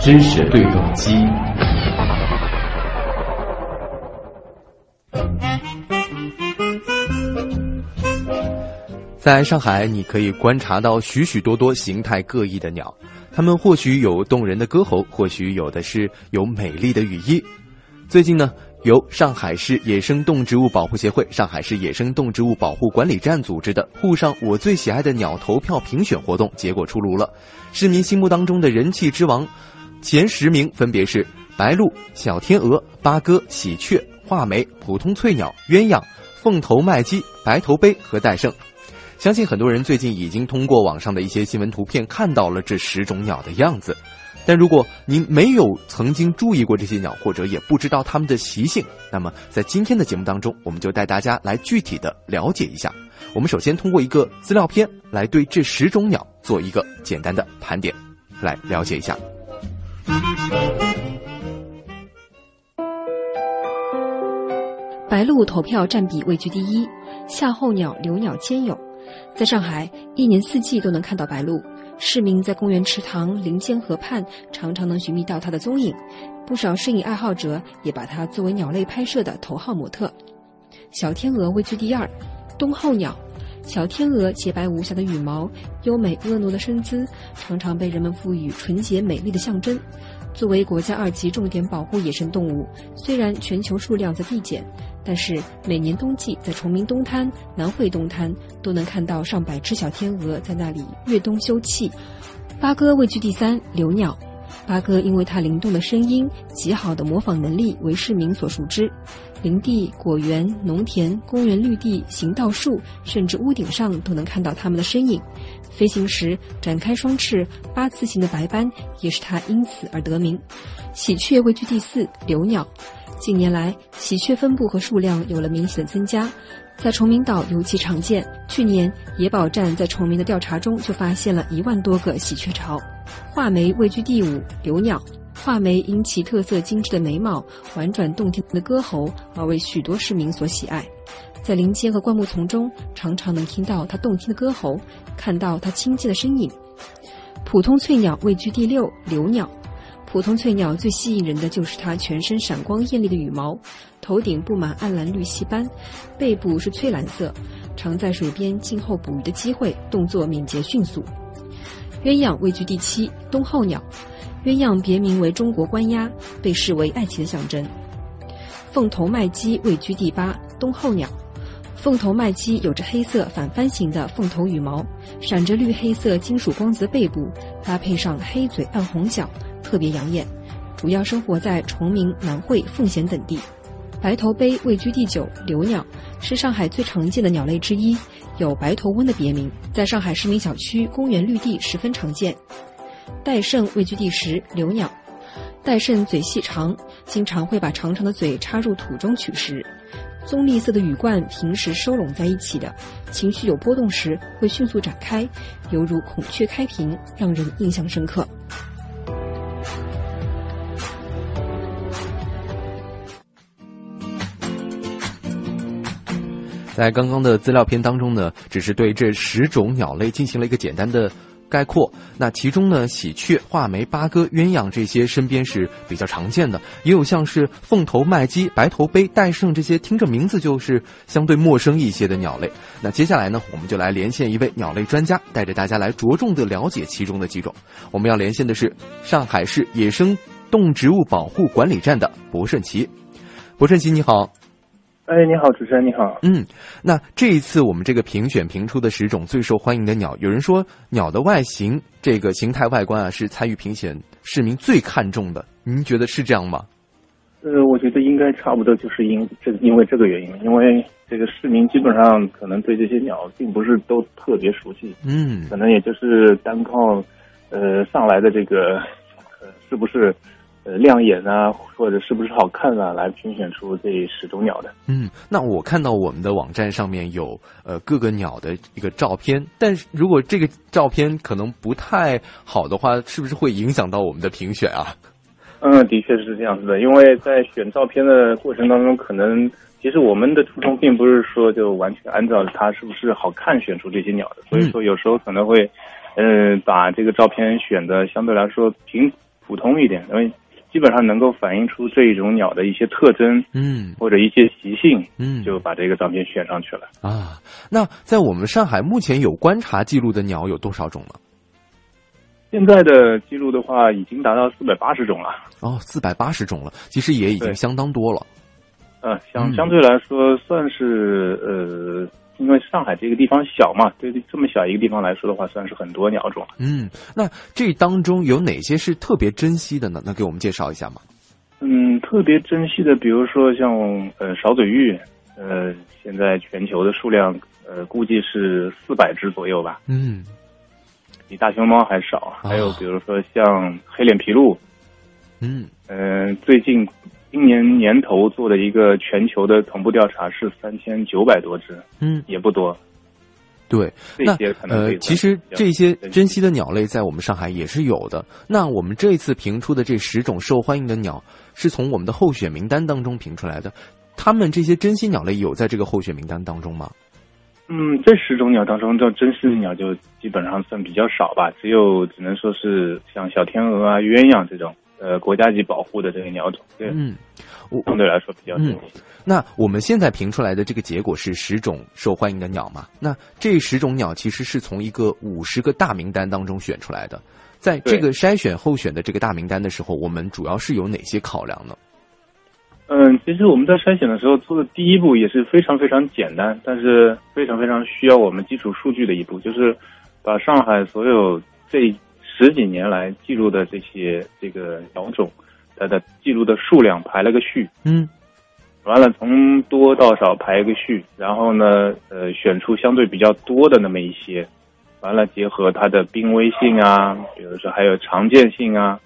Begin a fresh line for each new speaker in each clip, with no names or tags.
知识对撞机。
在上海，你可以观察到许许多多形态各异的鸟，它们或许有动人的歌喉，或许有的是有美丽的羽翼。最近呢，由上海市野生动植物保护协会、上海市野生动植物保护管理站组织的“沪上我最喜爱的鸟”投票评选活动结果出炉了。市民心目当中的人气之王，前十名分别是白鹭、小天鹅、八哥、喜鹊、画眉、普通翠鸟、鸳鸯、凤头麦鸡、白头杯和戴胜。相信很多人最近已经通过网上的一些新闻图片看到了这十种鸟的样子，但如果您没有曾经注意过这些鸟，或者也不知道它们的习性，那么在今天的节目当中，我们就带大家来具体的了解一下。我们首先通过一个资料片来对这十种鸟做一个简单的盘点，来了解一下。
白鹭投票占比位居第一，夏候鸟、留鸟皆有。在上海，一年四季都能看到白鹭，市民在公园、池塘、林间、河畔常常能寻觅到它的踪影。不少摄影爱好者也把它作为鸟类拍摄的头号模特。小天鹅位居第二，冬候鸟。小天鹅洁白无瑕的羽毛，优美婀娜的身姿，常常被人们赋予纯洁美丽的象征。作为国家二级重点保护野生动物，虽然全球数量在递减，但是每年冬季在崇明东滩、南汇东滩都能看到上百只小天鹅在那里越冬休憩。八哥位居第三，留鸟。八哥因为它灵动的声音、极好的模仿能力为市民所熟知，林地、果园、农田、公园绿地、行道树，甚至屋顶上都能看到它们的身影。飞行时展开双翅，八字形的白斑也是它因此而得名。喜鹊位居第四，留鸟。近年来，喜鹊分布和数量有了明显的增加，在崇明岛尤其常见。去年，野保站在崇明的调查中就发现了一万多个喜鹊巢。画眉位居第五，留鸟。画眉因其特色精致的眉毛、婉转动听的歌喉而为许多市民所喜爱。在林间和灌木丛中，常常能听到它动听的歌喉，看到它清静的身影。普通翠鸟位居第六，留鸟。普通翠鸟最吸引人的就是它全身闪光艳丽的羽毛，头顶布满暗蓝绿细斑，背部是翠蓝色，常在水边静候捕鱼的机会，动作敏捷迅速。鸳鸯位居第七，冬候鸟。鸳鸯别名为中国官鸭，被视为爱情的象征。凤头麦鸡位居第八，冬候鸟。凤头麦鸡有着黑色反翻型的凤头羽毛，闪着绿黑色金属光泽背部，搭配上黑嘴暗红角，特别养眼。主要生活在崇明、南汇、奉贤等地。白头杯位居第九，留鸟是上海最常见的鸟类之一，有“白头翁”的别名，在上海市民小区、公园绿地十分常见。戴胜位居第十，留鸟。戴胜嘴细长，经常会把长长的嘴插入土中取食。棕绿色的羽冠平时收拢在一起的，情绪有波动时会迅速展开，犹如孔雀开屏，让人印象深刻。
在刚刚的资料片当中呢，只是对这十种鸟类进行了一个简单的概括。那其中呢，喜鹊、画眉、八哥、鸳鸯这些身边是比较常见的，也有像是凤头麦鸡、白头杯、戴胜这些听着名字就是相对陌生一些的鸟类。那接下来呢，我们就来连线一位鸟类专家，带着大家来着重的了解其中的几种。我们要连线的是上海市野生动植物保护管理站的博顺奇。博顺奇，你好。
哎，你好，主持人，你好。
嗯，那这一次我们这个评选评出的十种最受欢迎的鸟，有人说鸟的外形这个形态外观啊是参与评选市民最看重的，您觉得是这样吗？
呃，我觉得应该差不多就是因这因为这个原因，因为这个市民基本上可能对这些鸟并不是都特别熟悉，
嗯
可能也就是单靠呃上来的这个呃是不是呃亮眼啊，或者是不是好看啊，来评选出这十种鸟的。
嗯，那我看到我们的网站上面有呃各个鸟的一个照片，但是如果这个照片可能不太好的话，是不是会影响到我们的评选啊？
嗯，的确是这样子的，因为在选照片的过程当中，可能其实我们的初衷并不是说就完全按照它是不是好看选出这些
嗯
鸟的，所以说有时候可能会，呃，把这个照片选的相对来说平普通一点，因为基本上能够反映出这一种鸟的一些特征
嗯
或者一些习性，
嗯，
就把这个照片选上去了。
啊，那在我们上海目前有观察记录的鸟有多少种了？
现在的记录的话，已经达到四百八十种了。
哦，四百八十种了，其实也已经
对
相当多了。
呃，相
嗯
相对来说算是呃，因为上海这个地方小嘛，对于这么小一个地方来说的话，算是很多鸟种。
嗯，那这当中有哪些是特别珍惜的呢？能给我们介绍一下吗？
嗯，特别珍惜的，比如说像呃少嘴鹬，呃，现在全球的数量呃估计是四百只左右吧，
嗯
比大熊猫还少。
啊
还有比如说像黑脸琵鹭，
嗯
嗯、最近今年年头做的一个全球的同步调查是三千九百多只，
嗯，
也不多。
对。
这
那
些可能可
呃
以，
其实
比较
这些
珍惜
珍稀的鸟类在我们上海也是有的。那我们这一次评出的这十种受欢迎的鸟，是从我们的候选名单当中评出来的。它们这些珍稀鸟类有在这个候选名单当中吗？
嗯，这十种鸟当中，这真实的鸟就基本上算比较少吧，只有只能说是像小天鹅啊、鸳鸯这种，呃，国家级保护的这个鸟种，对，
嗯，我
相对来说比较珍惜。
那我们现在评出来的这个结果是十种受欢迎的鸟嘛？那这十种鸟其实是从一个五十个大名单当中选出来的。在这
对
个筛选候选的这个大名单的时候，我们主要是有哪些考量呢？
嗯，其实我们在筛选的时候做的第一步也是非常非常简单，但是非常非常需要我们基础数据的一步，就是把上海所有这十几年来记录的这些这个鸟种，它的记录的数量排了个序。
嗯
完了，从多到少排一个序，然后呢，呃，选出相对比较多的那么一些，完了结合它的濒危性啊，比如说还有常见性啊，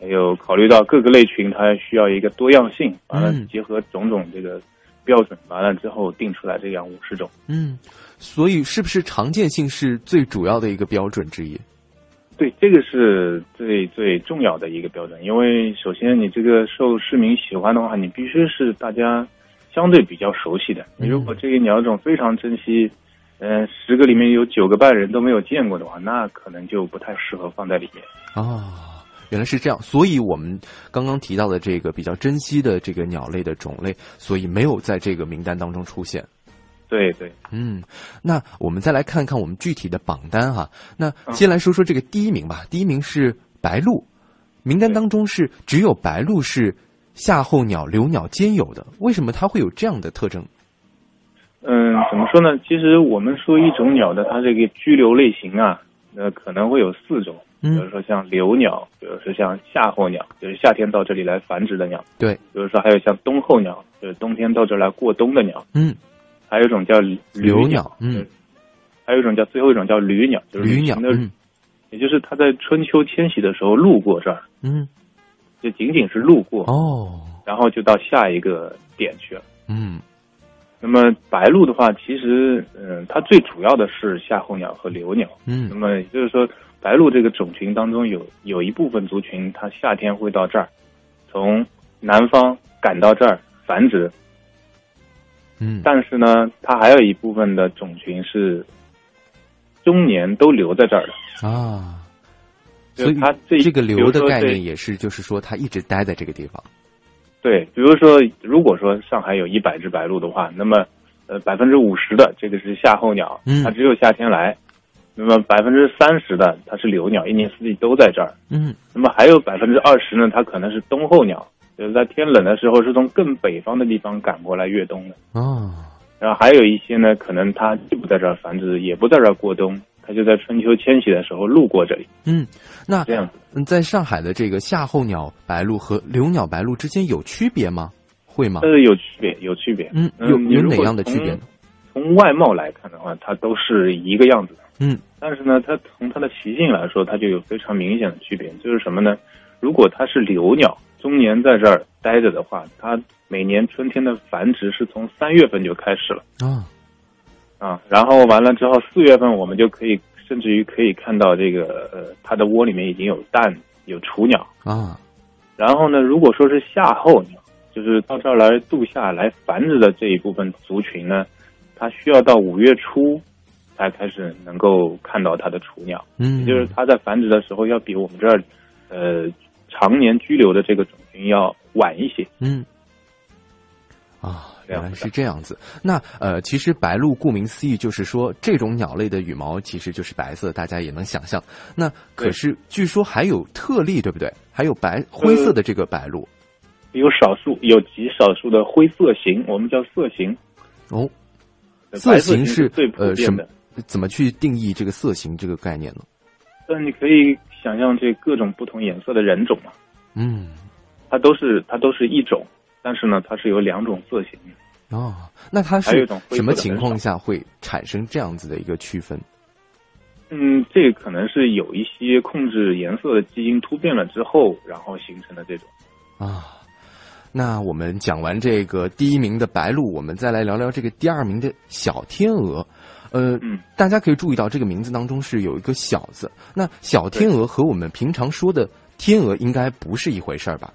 还有考虑到各个类群它需要一个多样性，完了
嗯
结合种种这个标准，完了之后定出来这样五十种。
嗯，所以是不是常见性是最主要的一个标准之一？
对，这个是最最重要的一个标准，因为首先你这个受市民喜欢的话，你必须是大家相对比较熟悉的。
嗯
你如果这个鸟种非常珍惜，嗯、十个里面有九个半人都没有见过的话，那可能就不太适合放在里面。
啊、原来是这样，所以我们刚刚提到的这个比较珍稀的这个鸟类的种类，所以没有在这个名单当中出现。
对对，
嗯，那我们再来看看我们具体的榜单哈、那
嗯
先来说说这个第一名吧，第一名是白鹭，名单当中是只有白鹭是夏候鸟、留鸟兼有的，为什么它会有这样的特征？
嗯，怎么说呢？其实我们说一种鸟的它这个居留类型啊，那可能会有四种，比如
嗯，
说像留鸟，比如说像夏候鸟，就是夏天到这里来繁殖的鸟。
对，
比如说还有像冬候鸟，就是冬天到这儿来过冬的鸟，
嗯，
还有一种叫驴
留
鸟，
鸟，嗯，
还有一种叫最后一种叫驴鸟，就是
旅
旅
鸟
行，的，
嗯
也就是它在春秋迁徙的时候路过这儿，
嗯，
就仅仅是路过，
哦，
然后就到下一个点去了。
嗯
那么白鹭的话，其实嗯、它最主要的是夏候鸟和留鸟。那
嗯
么也就是说，白鹭这个种群当中有有一部分族群，它夏天会到这儿，从南方赶到这儿繁殖，
嗯，
但是呢，它还有一部分的种群是中年都留在这儿的，
啊，
就
所
是
以
它这
这个
比
留
如
的
说
概
这
念也是，就是说它一直待在这个地方，
对，比如说，如果说上海有一百只白鹭的话，那么呃百分之五十的这个是夏候鸟，
嗯
它只有夏天来；那么百分之三十的它是留鸟，一年四季都在这儿；
嗯
那么还有百分之二十呢，它可能是冬候鸟，就是在天冷的时候是从更北方的地方赶过来越冬的。
啊。
然后还有一些呢，可能它既不在这儿繁殖，也不在这儿过冬，它就在春秋迁徙的时候路过这里，
嗯，那
这样子。
嗯，在上海的这个夏候鸟白鹭和留鸟白鹭之间有区别吗？会吗
但？是有区别，有区别。
啊嗯，
嗯
有
你
有
如
哪
果
样的区别呢？
从外貌来看的话，它都是一个样子的。
嗯，
但是呢，它从它的习性来说，它就有非常明显的区别，就是什么呢？如果它是留鸟，中年在这儿待着的话，它每年春天的繁殖是从三月份就开始了
啊，
啊，然后完了之后，四月份我们就可以，甚至于可以看到这个呃，它的窝里面已经有蛋，有雏鸟。
啊，
然后呢，如果说是夏候鸟，就是到这儿来度夏来繁殖的这一部分族群呢，它需要到五月初才开始能够看到它的雏鸟，
嗯，
也就是它在繁殖的时候要比我们这儿，呃，常年居留的这个种群要晚一些。
嗯，啊，原来
了解
是这样子。那呃，其实白鹭顾名思义就是说，这种鸟类的羽毛其实就是白色，大家也能想象。那可
对
是据说还有特例，对不对？还有白
呃
灰色的这个白鹭、
有少数有极少数的灰色型，我们叫色型。
哦，
白
色
型
型是
最普
呃什
遍
么
的，？
怎么去定义这个色型这个概念呢？
但你可以想象这各种不同颜色的人种嘛，
嗯，
它都是它都是一种，但是呢，它是有两种色型的。
哦，那它
还有
是
一种灰色的
什么情况下会产生这样子的一个区分？
嗯，这个可能是有一些控制颜色的基因突变了之后，然后形成的这种。
啊，那我们讲完这个第一名的白鹭，我们再来聊聊这个第二名的小天鹅。呃，
嗯
大家可以注意到这个名字当中是有一个“小”字。那小天鹅和我们平常说的天鹅应该不是一回事儿吧？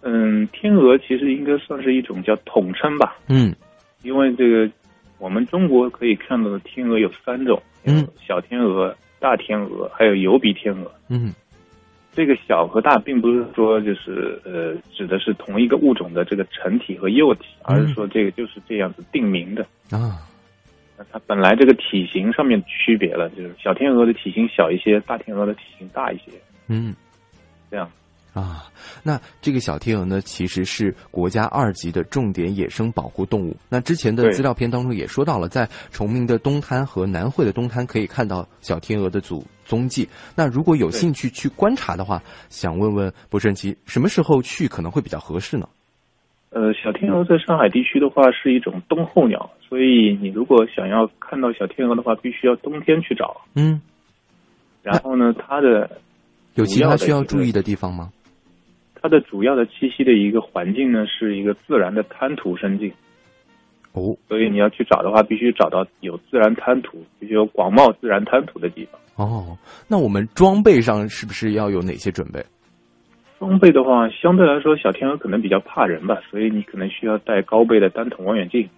嗯，天鹅其实应该算是一种叫统称吧，
嗯
因为这个我们中国可以看到的天鹅有三种，
嗯，
小天鹅、大天鹅，还有油鼻天鹅。
嗯
这个小和大，并不是说就是呃指的是同一个物种的这个成体和幼体，而是说这个就是这样子定名的。
啊
那它本来这个体型上面区别了，就是小天鹅的体型小一些，大天鹅的体型大一些，
嗯
这样。
啊，那这个小天鹅呢，其实是国家二级的重点野生保护动物。那之前的
对
资料片当中也说到了，在崇明的东滩和南汇的东滩可以看到小天鹅的祖踪迹。那如果有
对
兴趣去观察的话，想问问博胜奇，什么时候去可能会比较合适呢？
呃，小天鹅在上海地区的话是一种冬候鸟，所以你如果想要看到小天鹅的话，必须要冬天去找。
嗯，
然后呢，它的
有其他需要
主
注
要的一个
意的地方吗？
它的主要的栖息的一个环境呢，是一个自然的滩涂生境，
哦
所以你要去找的话，必须找到有自然滩涂，必须有广袤自然滩涂的地方。
哦，那我们装备上是不是要有哪些准备？
装备的话，相对来说，小天鹅可能比较怕人吧，所以你可能需要带高倍的单筒望远镜。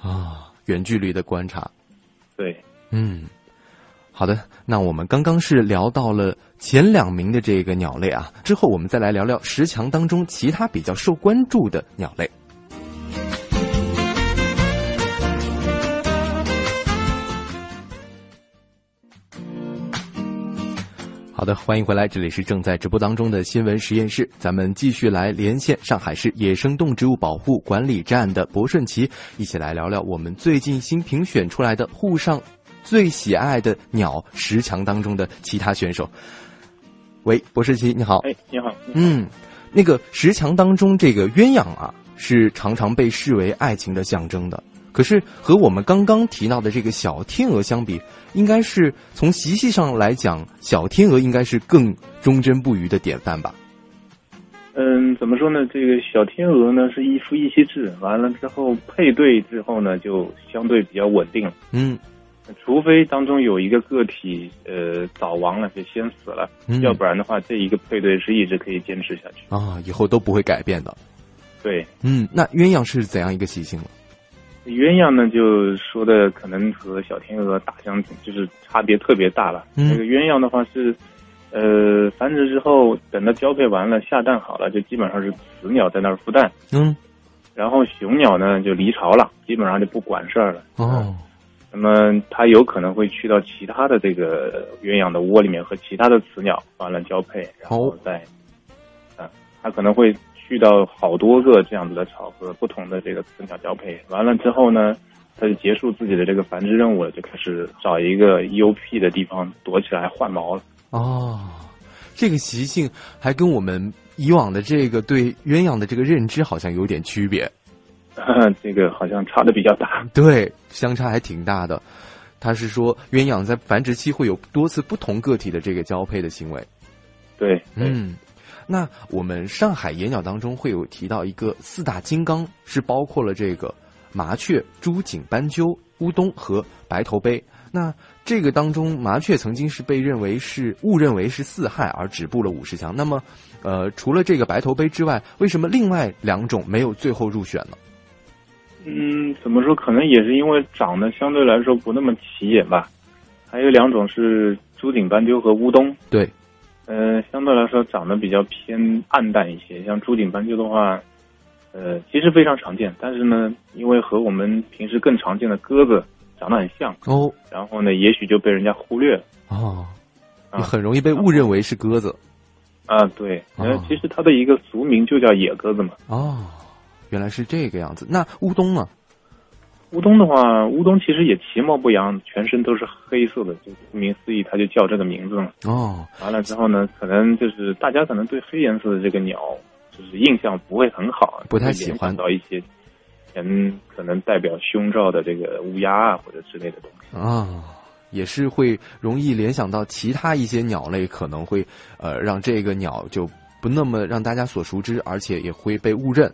啊，远距离的观察。
对，
嗯，好的，那我们刚刚是聊到了前两名的这个鸟类啊，之后我们再来聊聊十强当中其他比较受关注的鸟类。好的，欢迎回来，这里是正在直播当中的新闻实验室，咱们继续来连线上海市野生动植物保护管理站的博顺奇，一起来聊聊我们最近新评选出来的沪上最喜爱的鸟十强当中的其他选手。喂，博顺奇，你好。
哎，你好，
嗯，那个十强当中，这个鸳鸯啊，是常常被视为爱情的象征的。可是和我们刚刚提到的这个小天鹅相比，应该是从习气上来讲，小天鹅应该是更忠贞不渝的典范吧？
嗯，怎么说呢？这个小天鹅呢是一夫一妻制，完了之后配对之后呢，就相对比较稳定了。
嗯
除非当中有一个个体呃早亡了，就先死了，
嗯，
要不然的话，这一个配对是一直可以坚持下去。
啊，以后都不会改变的。
对，
嗯，那鸳鸯是怎样一个习性呢？
鸳鸯呢就说的可能和小天鹅大相就是差别特别大了。
嗯
那个鸳鸯的话是，呃，繁殖之后等它交配完了下蛋好了，就基本上是雌鸟在那儿孵蛋。
嗯，
然后雄鸟呢就离巢了，基本上就不管事儿了。
哦，
那么它有可能会去到其他的这个鸳鸯的窝里面和其他的雌鸟完了交配，然后
哦
再，啊，它可能会去到好多个这样子的巢和不同的这个雌鸟交配。完了之后呢，它就结束自己的这个繁殖任务了，就开始找一个幽僻的地方躲起来换毛了。
哦，这个习性还跟我们以往的这个对鸳鸯的这个认知好像有点区别。
这个好像差的比较大。
对，相差还挺大的。他是说，鸳鸯在繁殖期会有多次不同个体的这个交配的行为。
对，对
嗯，那我们上海野鸟当中会有提到一个四大金刚，是包括了这个麻雀、朱颈斑鸠、乌冬和白头杯。那这个当中，麻雀曾经是被认为是误认为是四害而止步了五十强。那么，呃，除了这个白头杯之外，为什么另外两种没有最后入选呢？
嗯，怎么说？可能也是因为长得相对来说不那么起眼吧。还有两种是朱颈斑鸠和乌冬，
对，
呃，相对来说长得比较偏暗淡一些。像朱顶斑鸠的话，呃，其实非常常见，但是呢，因为和我们平时更常见的鸽子长得很像，
哦
然后呢，也许就被人家忽略了。
哦，
啊
你很容易被误认为是鸽子
啊，对，呃
哦，
其实它的一个俗名就叫野鸽子嘛。
哦，原来是这个样子。那乌冬呢？
乌冬的话，乌冬其实也其貌不扬，全身都是黑色的，就顾名思义，它就叫这个名字嘛。
哦，
完了之后呢，可能就是大家可能对黑颜色的这个鸟就是印象不会很好，
不太喜欢
会联想到一些人可能代表胸罩的这个乌鸦啊或者之类的东西。
啊，也是会容易联想到其他一些鸟类，可能会呃让这个鸟就不那么让大家所熟知，而且也会被误认。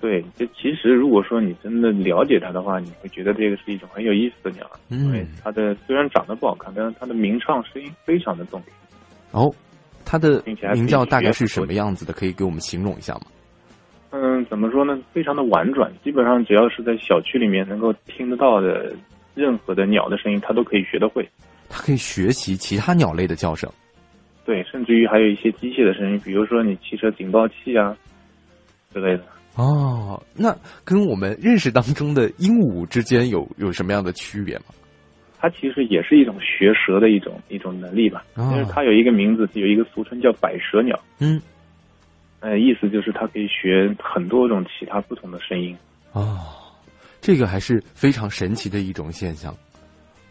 对，就其实如果说你真的了解它的话，你会觉得这个是一种很有意思的鸟，因为
嗯，
它的虽然长得不好看，但是它的鸣唱声音非常的动听。
哦，它的
并且还
鸣叫
比
大概
较
是什
多
么样子的？可以给我们形容一下吗？
嗯，怎么说呢？非常的婉转，基本上只要是在小区里面能够听得到的任何的鸟的声音，它都可以学得会。
它可以学习其他鸟类的叫声。
对，甚至于还有一些机械的声音，比如说你汽车警报器啊之类的。
哦，那跟我们认识当中的鹦鹉之间有有什么样的区别吗？
它其实也是一种学舌的一种一种能力吧，
啊
因为它有一个名字，有一个俗称叫百舌鸟。
嗯，
呃，意思就是它可以学很多种其他不同的声音。
哦，这个还是非常神奇的一种现象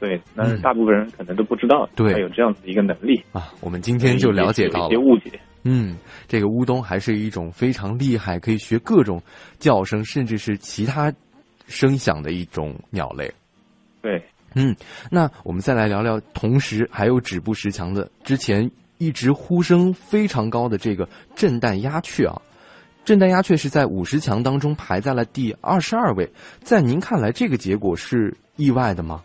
对，但是
嗯
大部分人可能都不知道，
对
它有这样子的一个能力，
啊！我们今天就了解到
有一些
了。
误解。
嗯，这个乌冬还是一种非常厉害，可以学各种叫声，甚至是其他声响的一种鸟类。
对，
嗯，那我们再来聊聊，同时还有止步时强的，之前一直呼声非常高的这个震旦鸦雀啊。震旦鸦雀是在五十强当中排在了第二十二位，在您看来，这个结果是意外的吗？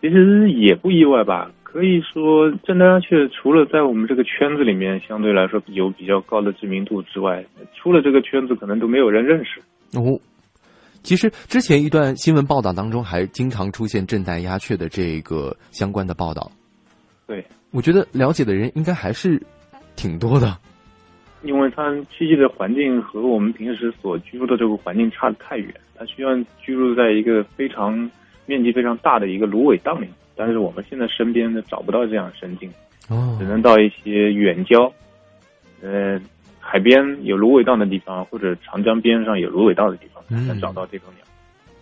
其实也不意外吧。可以说，正丹鸦雀除了在我们这个圈子里面相对来说有比较高的知名度之外，出了这个圈子可能都没有人认识。
哦，其实之前一段新闻报道当中还经常出现震旦鸦雀的这个相关的报道。
对，
我觉得了解的人应该还是挺多的。
因为它栖息的环境和我们平时所居住的这个环境差得太远，它需要居住在一个非常面积非常大的一个芦苇荡里。但是我们现在身边呢找不到这样的生境，
哦
只能到一些远郊，呃，海边有芦苇荡的地方，或者长江边上有芦苇荡的地方，才能
嗯
找到这种鸟。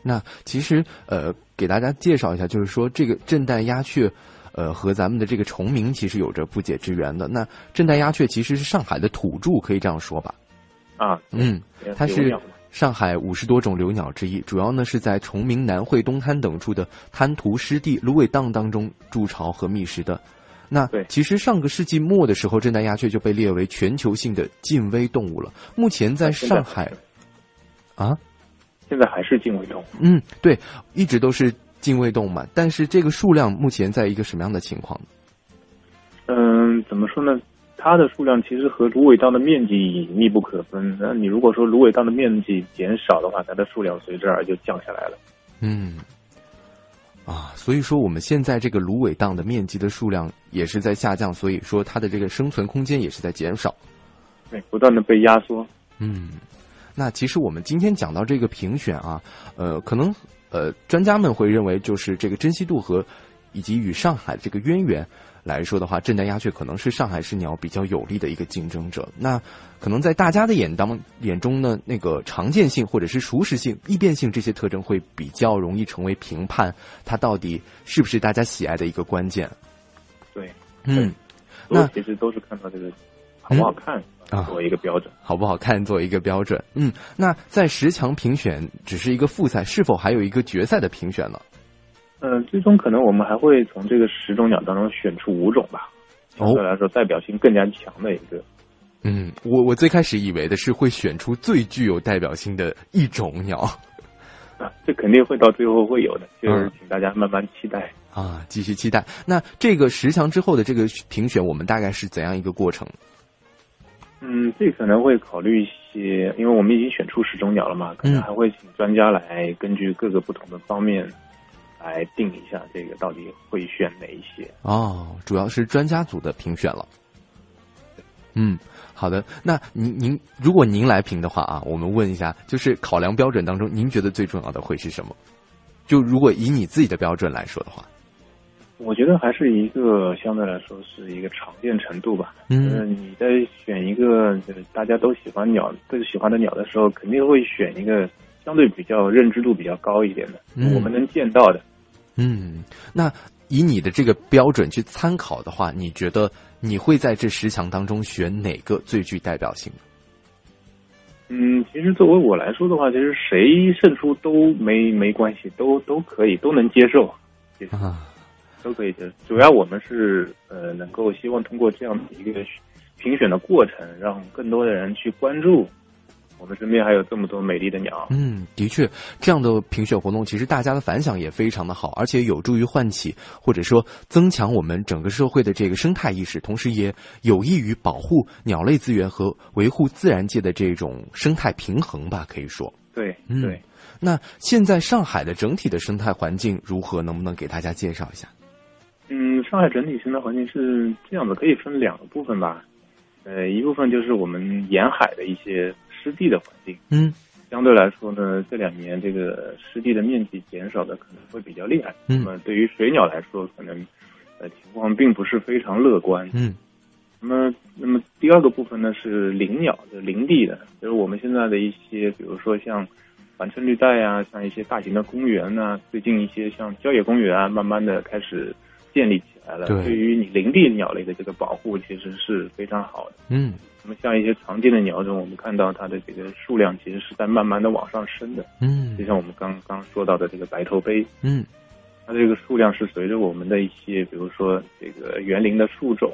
那其实呃，给大家介绍一下，就是说这个震旦鸦雀，呃，和咱们的这个虫鸣其实有着不解之缘的。那震旦鸦雀其实是上海的土著，可以这样说吧？
啊，
嗯，
对
它
有
是
鸟嘛
上海五十多种留鸟之一，主要呢是在崇明南汇、东滩等处的滩涂湿地、芦苇荡当中筑巢和觅食的。那
对
其实上个世纪末的时候，震旦鸦雀就被列为全球性的近危动物了。目前在
现在
上海啊，
现在还是近卫动物。
嗯，对，一直都是近卫动物嘛。但是这个数量目前在一个什么样的情况呢？
嗯，怎么说呢？它的数量其实和芦苇荡的面积密不可分。那你如果说芦苇荡的面积减少的话，它的数量随之而就降下来了。
嗯，啊，所以说我们现在这个芦苇荡的面积的数量也是在下降，所以说它的这个生存空间也是在减少。
对，不断的被压缩。
嗯，那其实我们今天讲到这个评选啊，呃，可能呃专家们会认为，就是这个珍稀度和以及与上海这个渊源来说的话，震旦鸦雀可能是上海市鸟比较有力的一个竞争者。那可能在大家的眼当眼中呢，那个常见性或者是熟识性、易变性这些特征会比较容易成为评判它到底是不是大家喜爱的一个关键。
对，
嗯，
都
那嗯
其实都是看到这个好不好看
啊
作为一个标准。
好不好看作为一个标准。嗯，那在十强评选只是一个复赛，是否还有一个决赛的评选呢？
嗯，最终可能我们还会从这个十种鸟当中选出五种吧，
哦
相对来说代表性更加强的一个。
嗯，我我最开始以为的是会选出最具有代表性的一种鸟
啊，这肯定会到最后会有的，就是
嗯
请大家慢慢期待。
啊，继续期待。那这个十强之后的这个评选，我们大概是怎样一个过程？
嗯，这可能会考虑一些，因为我们已经选出十种鸟了嘛，可
嗯
能还会请专家来根据各个不同的方面来定一下这个到底会选哪一些。
哦，主要是专家组的评选了。嗯，好的。那您您如果您来评的话啊，我们问一下，就是考量标准当中，您觉得最重要的会是什么？就如果以你自己的标准来说的话，
我觉得还是一个相对来说是一个常见程度吧。
嗯
嗯，你在选一个就是大家都喜欢鸟、都喜欢的鸟的时候，肯定会选一个相对比较认知度比较高一点的，
嗯
我们能见到的。
嗯，那以你的这个标准去参考的话，你觉得你会在这十强当中选哪个最具代表性？
嗯，其实作为我来说的话，其实谁胜出都没没关系，都都可以，都能接受，
啊？
都可以接受。主要我们是呃，能够希望通过这样的一个评选的过程，让更多的人去关注我们身边还有这么多美丽的鸟。
嗯，的确，这样的评选活动其实大家的反响也非常的好，而且有助于唤起或者说增强我们整个社会的这个生态意识，同时也有益于保护鸟类资源和维护自然界的这种生态平衡吧，可以说。
对
嗯
对。
那现在上海的整体的生态环境如何？能不能给大家介绍一下？
嗯，上海整体生态环境是这样的，可以分两个部分吧。呃，一部分就是我们沿海的一些湿地的环境，
嗯
相对来说呢，这两年这个湿地的面积减少的可能会比较厉害。
嗯
那么对于水鸟来说，可能呃情况并不是非常乐观。
嗯
那么，那么第二个部分呢是林鸟，就是林地的，就是我们现在的一些，比如说像环城绿带啊，像一些大型的公园呐、最近一些像郊野公园啊，慢慢的开始建立起来了。
对
对于你林地鸟类的这个保护，其实是非常好的。
嗯
那么像一些常见的鸟种，我们看到它的这个数量其实是在慢慢的往上升的，就
嗯
像我们刚刚说到的这个白头杯，
嗯
它这个数量是随着我们的一些，比如说这个园林的树种，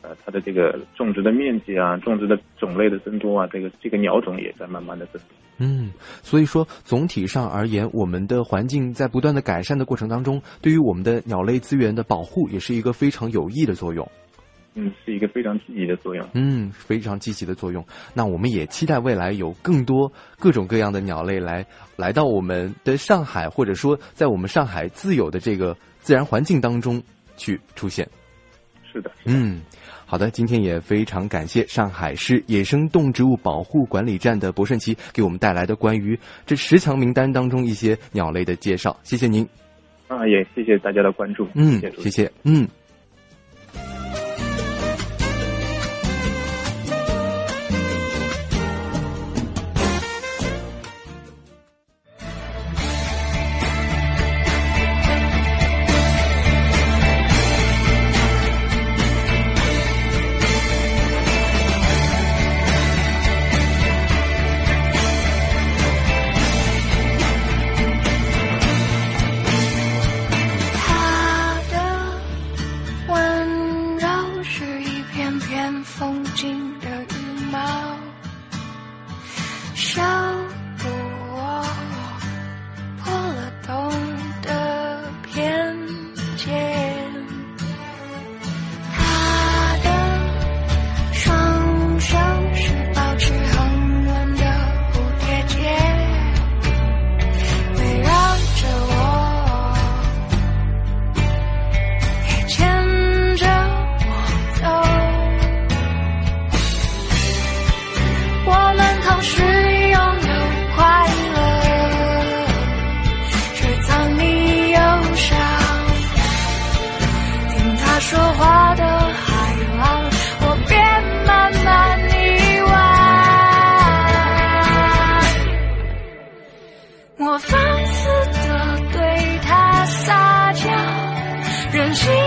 呃，它的这个种植的面积啊，种植的种类的增多啊，这个这个鸟种也在慢慢的增多。
嗯，所以说总体上而言，我们的环境在不断的改善的过程当中，对于我们的鸟类资源的保护也是一个非常有益的作用。
嗯，是一个非常积极的作用。
嗯，非常积极的作用。那我们也期待未来有更多各种各样的鸟类来来到我们的上海，或者说在我们上海自有的这个自然环境当中去出现。
是的，是的
嗯，好的，今天也非常感谢上海市野生动植物保护管理站的博胜奇给我们带来的关于这十强名单当中一些鸟类的介绍，谢谢您。
啊，也谢谢大家的关注。
嗯
谢，主持
谢
人
谢，嗯。
他的温柔是一片片风景的羽毛，守护我破了洞的偏见。他的双手是保持恒温的蝴蝶结，围绕着我。牵着我走。我们同时拥有快乐，却藏匿忧伤。听他说话的海浪，我便慢慢遗忘。我放肆的对他撒娇，任性